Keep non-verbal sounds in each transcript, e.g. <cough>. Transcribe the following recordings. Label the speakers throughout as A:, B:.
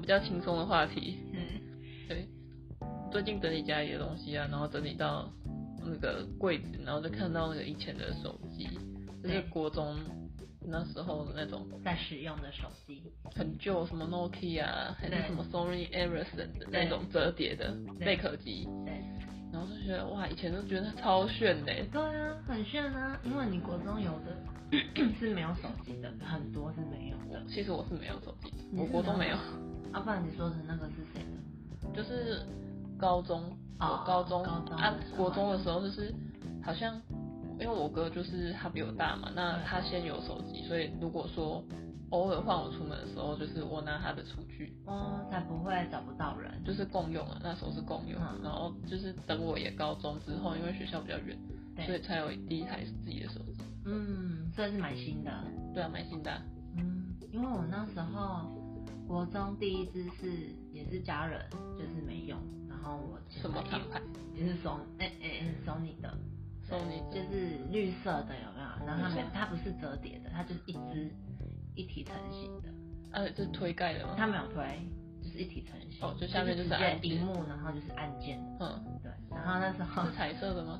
A: 比较轻松的话题。
B: 嗯，
A: 对，最近整理家里的东西啊，然后整理到那个柜子，然后就看到那个以前的手机，就是
B: 对
A: 国中那时候的那种
B: 在使用的手机，
A: 很旧，什么 Nokia 啊还是
B: 对
A: 什么 Sony Ericsson 的那种折叠的
B: 对
A: 贝壳机，
B: 对，
A: 然后就觉得哇，以前就觉得它超炫的欸，
B: 对啊，很炫啊，因为你国中有的 <coughs> 是没有手机的，很多是没有的。
A: 其实我是没有手机，
B: 你是
A: 我国中没有，
B: 啊，不然你说的那个是谁的？
A: 就是高中，
B: 哦
A: 我高中
B: 高中
A: 啊
B: 的时，候
A: 国中的时候就是好像，因为我哥就是他比我大嘛，那
B: 对
A: 他先有手机，所以如果说偶尔换我出门的时候，就是我拿他的出去，
B: 哦，才不会找不到人。
A: 就是共用啊，那时候是共用，
B: 嗯
A: 然后就是等我也高中之后，因为学校比较远，所以
B: 对，
A: 才有第一台自己的手机。
B: 嗯，算是蛮新的。
A: 对啊，买新的啊、
B: 嗯，因为我那时候国中第一支是也是家人，就是没用，然后我前
A: 什么
B: 男
A: 厂
B: 友
A: 牌？
B: 也是松哎哎
A: 嗯
B: 哎松你的，
A: 索尼
B: 就
A: 的。
B: 是绿色的有没有？然后它没
A: 绿色
B: 它不是折叠的，它就是一支一体成型的，
A: 啊，这推盖的
B: 它
A: 吗？
B: 没有推，就是一体成型。
A: 哦就下面就是
B: 直接
A: 按键
B: 荧幕，然后就是按键的。
A: 嗯，
B: 对，然后那时候 <laughs>
A: 是彩色的吗？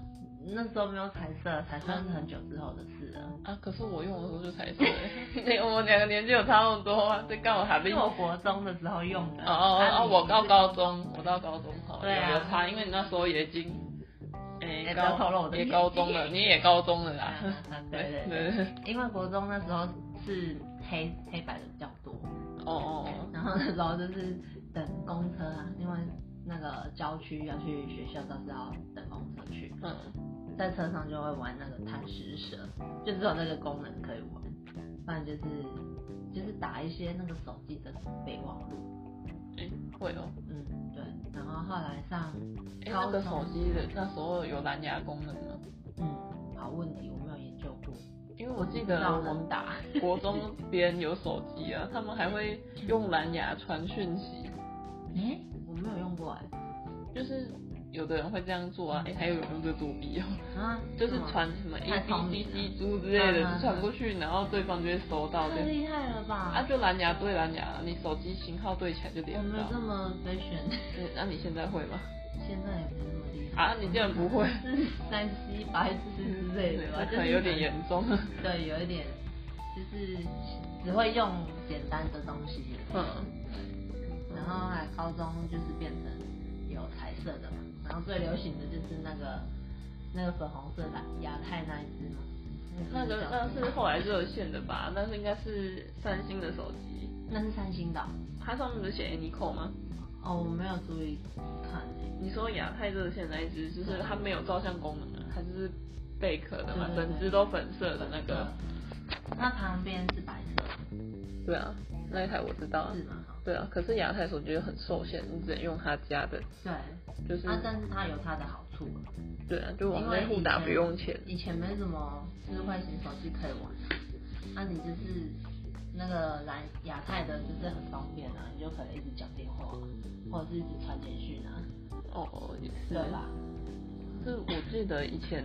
B: 那时候没有彩色，彩色是很久之后的事了。
A: 啊，可是我用的时候就彩
B: <laughs>
A: 色的，那我们两个年纪有差那么多啊，这刚好还没
B: 是
A: 哦
B: 我国中的时候用的。
A: 哦
B: 啊
A: 哦，
B: 你
A: 我到
B: 是
A: 高中，我到高中好，
B: 对啊
A: 有有差，因为你那时候也已经，哎、
B: 哎不要透露
A: 高
B: 我的
A: 也
B: 年纪
A: 高中了，你也高中了啦，
B: 啊啊对 <laughs> 对对，
A: <laughs> 对，
B: 因为国中那时候是黑黑白的比较多，
A: 哦哦
B: 然后那时候就是等公车啊，因为那个郊区要去学校都是要等公车去，
A: 哦，嗯，
B: 在车上就会玩那个贪食蛇，就只有那个功能可以玩，不然就是就是打一些那个手机的备忘录，
A: 哎、会哦，
B: 嗯对，然后后来上
A: 哎、
B: 高
A: 那个
B: 中
A: 手机的那时候有蓝牙功能吗？
B: 嗯好问题我没有研究过，
A: 因为我记
B: 不知
A: 得
B: 道
A: 我
B: 能
A: 们
B: 打，
A: 国中别人有手
B: <laughs>
A: 机啊，他们还会用蓝牙传讯息，
B: 哎、我没有用过哎、
A: 就是有的人会这样做啊，哎、还有人用这作弊哦。
B: 啊
A: 就是
B: 吗
A: 传什么 A
B: 嗯太聪明
A: B C
B: 了
A: D 猪之类的
B: 嗯嗯嗯
A: 传过去，然后对方就会收到这
B: 太
A: 样。
B: 厉害了吧！
A: 啊，就蓝牙对蓝牙，你手机型号对起啊来就
B: 我
A: 连不
B: 没有
A: 到。
B: 这么飞选，
A: 对，嗯那、你现在会吗？
B: 现在也没那么厉害。
A: 啊，你竟然不会，
B: 是山西白痴之类的吧？
A: 这可
B: 就是
A: 能有点严重。
B: 很，对，有一点，就是只会用简单的东西。
A: 嗯，
B: 然后后来高中就是变成有彩色的嘛，然后最流行的就是那个那个粉红色的亚太那一只嘛。
A: 那个
B: 叫
A: 那
B: 什么
A: 是后来热线的吧？那是应该是三星的手机，
B: 那是三星的哦
A: 它上面不是写 Nico 吗？
B: 哦，我没有注意看诶。
A: 你说亚太热线那一只，就是它没有照相功能啊，它就是贝壳的嘛，
B: 对对对
A: 整只都粉色的那个。
B: 那旁边是白色的
A: 对啊，那一台我知道啊
B: 是。吗？
A: 对啊，可是亚太手机就很受限，你只能用他家的，
B: 对。
A: 就是、
B: 啊，但是它有它的好处，
A: 对啊，就往内互打不用钱。
B: 以前没什么智慧型手机可以玩，啊那、你就是那个蓝亚太的，就是很方便啊，你就可以一直讲电话，啊或者是一直传简讯啊，
A: 哦，也是。
B: 对吧？
A: 就是我记得以前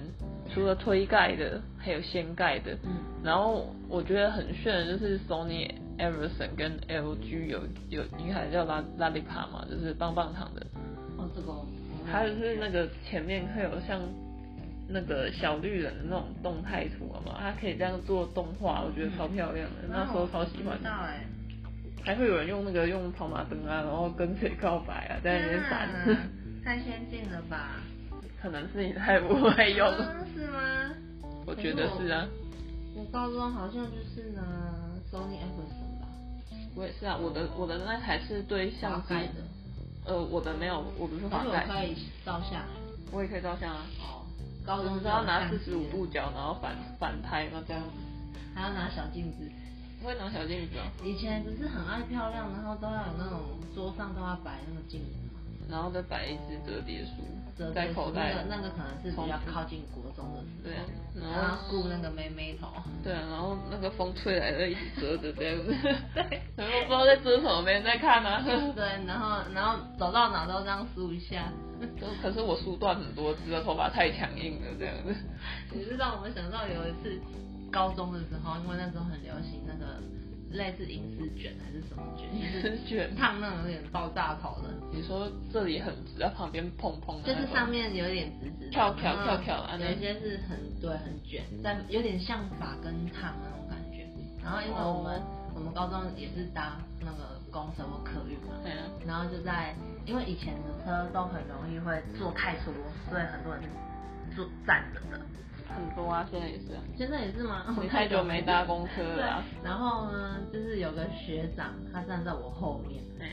A: 除了推盖的，还有掀盖的，
B: 嗯，
A: 然后我觉得很炫的就是 Sony Ericsson 跟 LG 有有一台叫拉拉力帕嘛，就是棒棒糖的，
B: 哦，这个我没有
A: 它就是那个前面会有像。那个小绿人的那种动态图好嘛，它可以这样做动画，我觉得超漂亮的，那时候超喜
B: 嗯我不
A: 欢
B: 知
A: 的
B: 道。哎、
A: 还会有人用那个用跑马灯啊，然后跟谁告白啊，在那边
B: 天啊
A: 闪，
B: 太先进了吧？
A: <laughs> 可能是你太不会用，
B: 啊是吗？
A: 我觉得是啊，
B: 我高中好像就是呢，Sony Ericsson 吧，
A: 我也是啊，我的我的那台是对相机
B: 滑盖的，
A: 呃，我的没有，我不是
B: 而
A: 滑
B: 且我可
A: 盖，
B: 以照相。
A: 我也可以照相啊，
B: 哦，高
A: 我
B: 中
A: 只要拿
B: 相
A: 四
B: 机
A: 十五度角，然后反反拍嘛这样，
B: 还要拿小镜子。
A: 我会拿小镜子、哦，
B: 以前不是很爱漂亮，然后都要有那种桌上都要摆那个镜子嘛，
A: 然后再摆一只折叠
B: 折
A: 书
B: 叠
A: 在
B: 式
A: 口
B: 那
A: 袋
B: 个，那个可能是比较靠近国中的时
A: 对啊，
B: 候，
A: 然
B: 然
A: 后
B: 后顾那个妹妹头，
A: 对啊，然后那个风吹来了，一直折着这样
B: <laughs>
A: 子，对，然后不知道在遮什么，没人在看啊。
B: <laughs> 对，然后然后走到哪都这样梳一下，
A: 就可是我梳断很多只，头发太强硬了，
B: <laughs>
A: 这样子。
B: 你是让我们想到有一次高中的时候，因为那时候很流行那个类似银丝卷还是什么卷，就
A: 丝
B: 是
A: 卷
B: 烫那种有点爆炸头的，
A: 你说这里很直，然后旁边碰碰的
B: 就
A: 那种，
B: 是上面有点直直的，
A: 翘翘
B: 然后
A: 翘翘啊
B: 有一些是很对很卷，但有点像发根烫那种感觉。然后因为我们、
A: 哦
B: 我们高中也是搭那个公车或客运嘛，
A: 对啊，
B: 然后就在因为以前的车都很容易会坐太多，所以很多人是坐站着的。
A: 很多啊，现在也是啊。
B: 现在也是吗？
A: 你太久没搭公车了啊
B: 对， <laughs> 然后呢，就是有个学长，他站在我后面，
A: 嗯，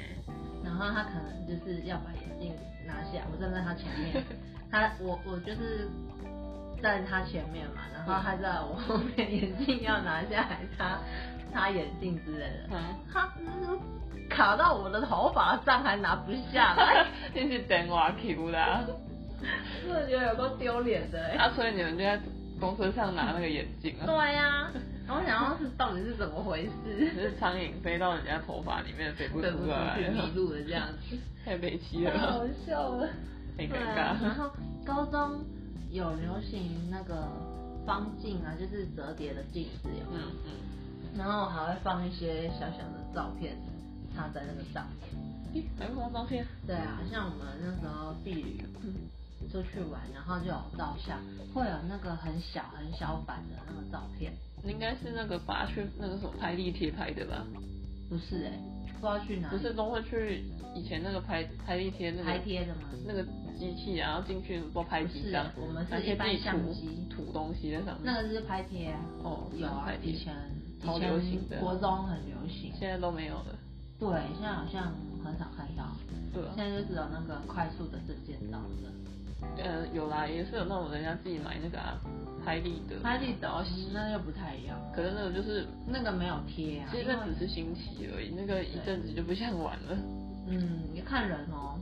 B: 然后他可能就是要把眼镜拿下，我站在他前面，他我我就是在他前面嘛，然后他在我后面，眼镜要拿下来，他他眼镜之类的，
A: 嗯
B: 他嗯卡到我的头发上还拿不下 <laughs> 来，
A: <laughs> 你是等我 Q 的啊，
B: 真的觉得有够丢脸的、欸。
A: 啊，所以你们就在公车上拿那个眼镜啊，
B: 对呀、然后想要是到底是怎么回
A: 只
B: 事？
A: 是苍蝇飞到人家头发里面飞不出
B: 对不
A: 来
B: 去迷
A: 啊，
B: 路了这
A: <laughs>
B: 样子，
A: 太悲戚
B: 太
A: <laughs> 了，
B: 笑了。
A: 很尴
B: 对啊，然
A: 尬。
B: 后高中有流行那个方镜啊，就是折叠的镜子有没有？
A: 嗯嗯，
B: 然后还会放一些小小的照片插在那个上面。
A: 咦，还有张照片？
B: 对啊，像我们那时候避旅
A: 嗯
B: 出去玩，然后就有照相，会有那个很小很小版的那个照片。
A: 应该是那个吧，去那个什么拍立贴拍的吧？
B: 不是哎、不知道去哪里
A: 不是都会去以前那个拍拍立贴那
B: 拍
A: 个
B: 贴的吗？
A: 那个机器啊，然后进去多拍几张
B: 不是，我们是
A: 拿些
B: 一般
A: 地
B: 相机
A: 图涂东西在上面。
B: 那个就是拍贴啊，
A: 哦，
B: 有啊
A: 拍，
B: 以
A: 立
B: 前
A: 超
B: 以
A: 流行的
B: 前国中很流行，
A: 现在都没有了。
B: 对，现在好像很少看到，
A: 对啊
B: 现，在就只有那个快速的证件照的。
A: 呃，有啦，也是有那种人家自己买那个啊，拍立的，
B: 拍立得哦那又不太一样，
A: 可是那个就是，
B: 那个没有贴啊，
A: 其实
B: 因
A: 那
B: 为
A: 只是新奇而已，那个一阵子就不想玩了。
B: 嗯，你看人哦，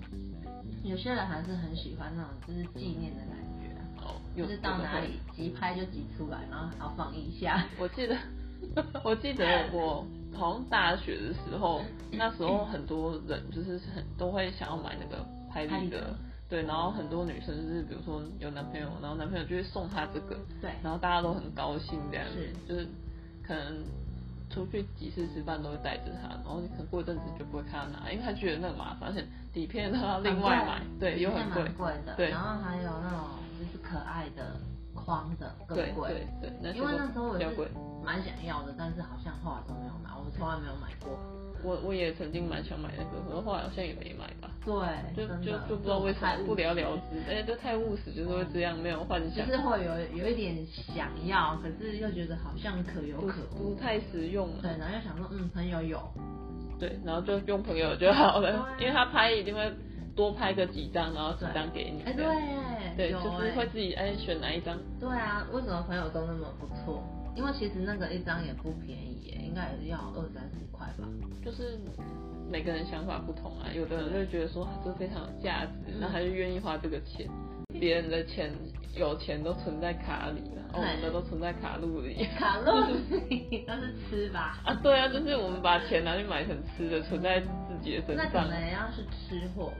B: 有些人还是很喜欢那种就是纪念的感觉啊，
A: 哦，有
B: 就是到哪？
A: 有的
B: 里急拍就急出来，然后还要放一
A: <laughs>
B: 下。
A: 会我记得，我记得我好像大学的时候，那时候很多人就是很都会想要买那个拍
B: 拍
A: 立
B: 立
A: 的
B: 得。
A: 对，然后很多女生就是，比如说有男朋友，然后男朋友就会送她这个，
B: 对，
A: 然后大家都很高兴这样子，
B: 是
A: 就是可能出去几次吃饭都会带着它，然后你可能过一阵子就不会看它拿，因为他觉得那个麻烦，而且底片都要另外买，对，又
B: 还
A: 很贵，
B: 蛮贵的。
A: 对
B: 然后还有那种就是可爱的框的更
A: 对
B: 贵。
A: 对对，那
B: 因为那时候我
A: 比较贵
B: 是，蛮想要的，但是好像后来都没有买，我从来没有买过。
A: 我我也曾经蛮想买那个，可是后来好像也没买吧。
B: 对，
A: 就
B: 真
A: 就
B: 的
A: 就不知道为什
B: 太
A: 么
B: 物
A: 不了了
B: 质
A: 之，哎、这太务实，就是会这样，没有幻
B: 就
A: 想，
B: 是会有有一点想要，可是又觉得好像可有
A: 不
B: 可
A: 不
B: 无。
A: 太实用了。
B: 对，然后又想说，嗯，朋友有，
A: 对，然后就用朋友就好
B: 对
A: 了
B: 啊，
A: <laughs> 因为他拍一定会多拍个几张，然后几张给你。
B: 哎、
A: 这样
B: 对，
A: 对，
B: 有
A: 就是
B: 哎
A: 会自己哎选哪一张，
B: 对啊，为什么朋友都那么不错？因为其实那个一张也不便宜耶，应该也是要二三十块吧。
A: 就是每个人想法不同啊，有的人就觉得说啊这非常有价值，
B: 嗯
A: 那他就愿意花这个钱。别人的钱有钱都存在卡里了，
B: 对
A: 哦，我们的都存在卡路里
B: 卡路里那是吃吧？
A: 啊。 <laughs> 对啊，就是我们把钱拿去买成吃的，存在自己的身
B: 那可
A: 上。
B: 能要是吃货，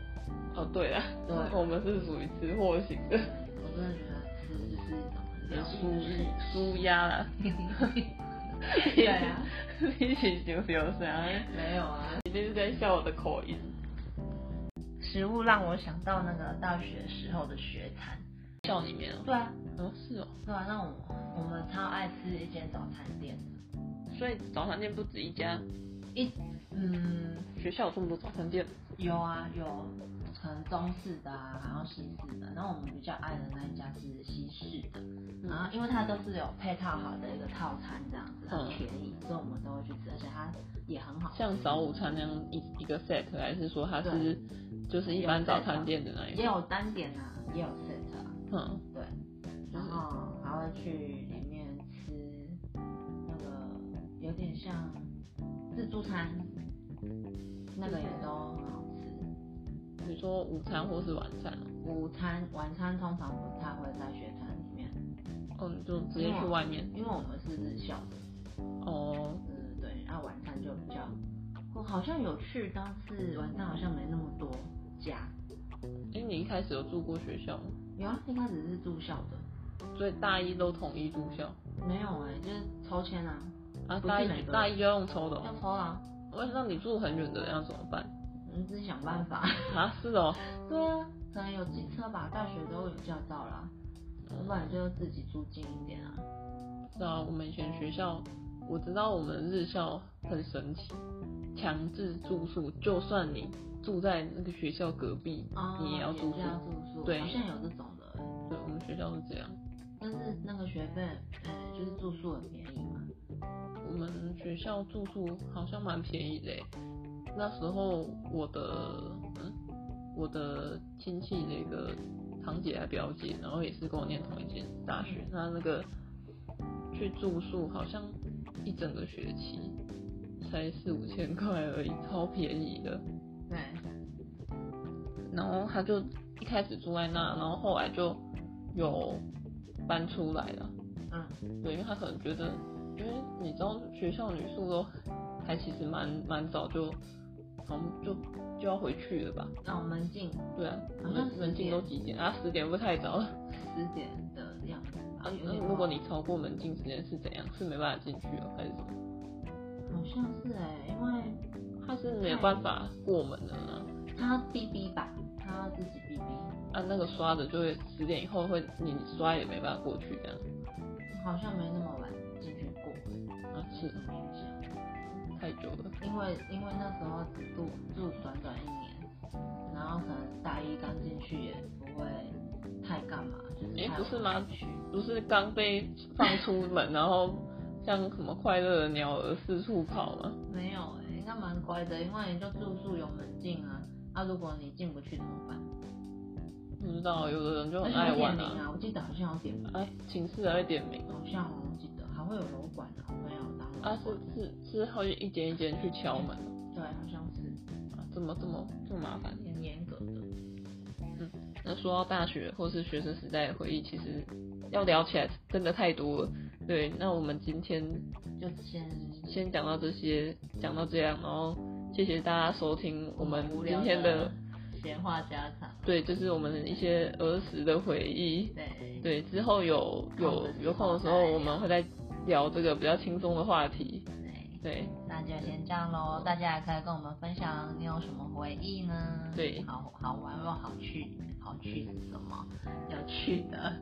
A: 哦，对啊，
B: 对
A: <laughs> 我们是属于吃货型的，
B: 我真的觉得吃就是一种很疗
A: 舒
B: 愈的
A: 舒压 <laughs> 啦。
B: 事情。对啊，
A: 你是想想啥？
B: 没有啊。
A: 一定是在笑我的口音。
B: 食物让我想到那个大学时候的学餐。
A: 笑里面哦。
B: 对啊，
A: 哦，是哦。
B: 对啊，那我我们超爱吃一间早餐店，
A: 所以早餐店不止一家，
B: 一嗯
A: 学校有这么多早餐店。
B: 有啊有，可能中式的啊，然后西式的，然后我们比较爱的那一家是西式的，然后因为它都是有配套好的一个套餐这样子，很
A: 嗯
B: 便宜，所以我们都会去吃，而且它也很好吃，
A: 像早午餐那样一一个 set，还是说它是就是一般早餐店的那一
B: 也
A: 种？
B: 有单点啊，也有 set 啊，
A: 嗯，
B: 对，然后还会去里面吃那个有点像自助餐，那个也都很好吃。
A: 你说午餐或是晚餐哦
B: 午餐、晚餐通常不太会在学餐里面，
A: 哦，你就直接去外面。
B: 因为我们是日校的，
A: 哦，
B: 嗯对，然后晚餐就比较，我好像有去，但是晚上好像没那么多家。
A: 哎，你一开始有住过学校吗？
B: 有啊，一开始是住校的，
A: 所以大一都统一住校
B: 欸没有哎、就是抽签啊，
A: 啊，
B: 不
A: 大
B: 是
A: 一
B: 每个
A: 大一就要用抽的、
B: 要
A: 哦，
B: 抽啊，
A: 我也知道你住很远的人要怎么办？
B: 你自己想办法。 <laughs>
A: 啊，是哦，
B: 对啊，可能有机车吧，大学都有驾照啦，不然就自己住近一点啊。
A: 对啊，我们以前学校，我知道我们日校很神奇，强制住宿，就算你住在那个学校隔壁，
B: 哦，
A: 你也要住宿
B: 也。要住宿，
A: 对
B: 好像有这种的，欸
A: 对，我们学校是这样。
B: 但是那个学费，呃，就是住宿很便宜嘛。
A: 我们学校住宿好像蛮便宜的欸，那时候我的嗯，我的亲戚那个堂姐还表姐，然后也是跟我念同一间大学，那那个去住宿好像一整个学期才四五千块而已，超便宜的。
B: 对，
A: 然后他就一开始住在那，然后后来就有搬出来了。
B: 嗯，
A: 对，因为他可能觉得，因为你知道学校女宿都还其实蛮蛮早就，好像就就要回去了吧？
B: 那我们进
A: 对啊，
B: 好像
A: 门门禁都
B: 10
A: 几点啊？十点会太早了。
B: 十点的样子吧。
A: 啊，
B: 有
A: 那
B: 点
A: 如果
B: 忘
A: 你
B: 了
A: 超过门禁时间是怎样？是没办法进去哦，还是什么？
B: 好像是哎、因为
A: 他是没有办法过门的啊呢。
B: 他要逼逼吧，他要自己逼逼，
A: 啊，那个刷的就会十点以后会，你刷也没办法过去这样。
B: 好像没那么晚进去过，
A: 啊，
B: 是
A: 是
B: 什么印象？
A: 太久了。
B: 因为因为那时候只住住短短一年，然后可能大一刚进去也不会太干嘛，就是
A: 诶
B: 太
A: 不是吗
B: 去
A: 不是刚被放出门，然后像什么快乐的鸟儿四处跑吗？
B: 没有哎、应该蛮乖的，因为你就住宿有门禁啊，啊如果你进不去怎么办？
A: 不知道，有的人就
B: 而
A: 很
B: 且还
A: 爱
B: 有点
A: 玩
B: 名
A: 啊。
B: 啊，我记得好像有点名，
A: 哎，寝室还会点名哦。
B: 好像我记得还会有楼管啊，我朋友当楼
A: 啊，
B: 管
A: 是是是会一间一间去敲门哦
B: 对，好像是
A: 啊？怎么这么这么麻烦？
B: 很严格的，
A: 那说到大学或是学生时代的回忆，其实要聊起来真的太多了。对，那我们今天
B: 就先
A: 先讲到这些，讲到这样，然后谢谢大家收听我们
B: 无
A: 今
B: 聊
A: 天的，
B: 闲话家常，
A: 对，就是我们一些儿时的回忆。
B: 对
A: 对，之后有有有空的时候，我们会再聊这个比较轻松的话题。
B: 对。
A: 对，
B: 那就先这样喽，大家也可以跟我们分享你有什么回忆呢？
A: 对
B: 好好玩又好去，好去是什么？有趣的。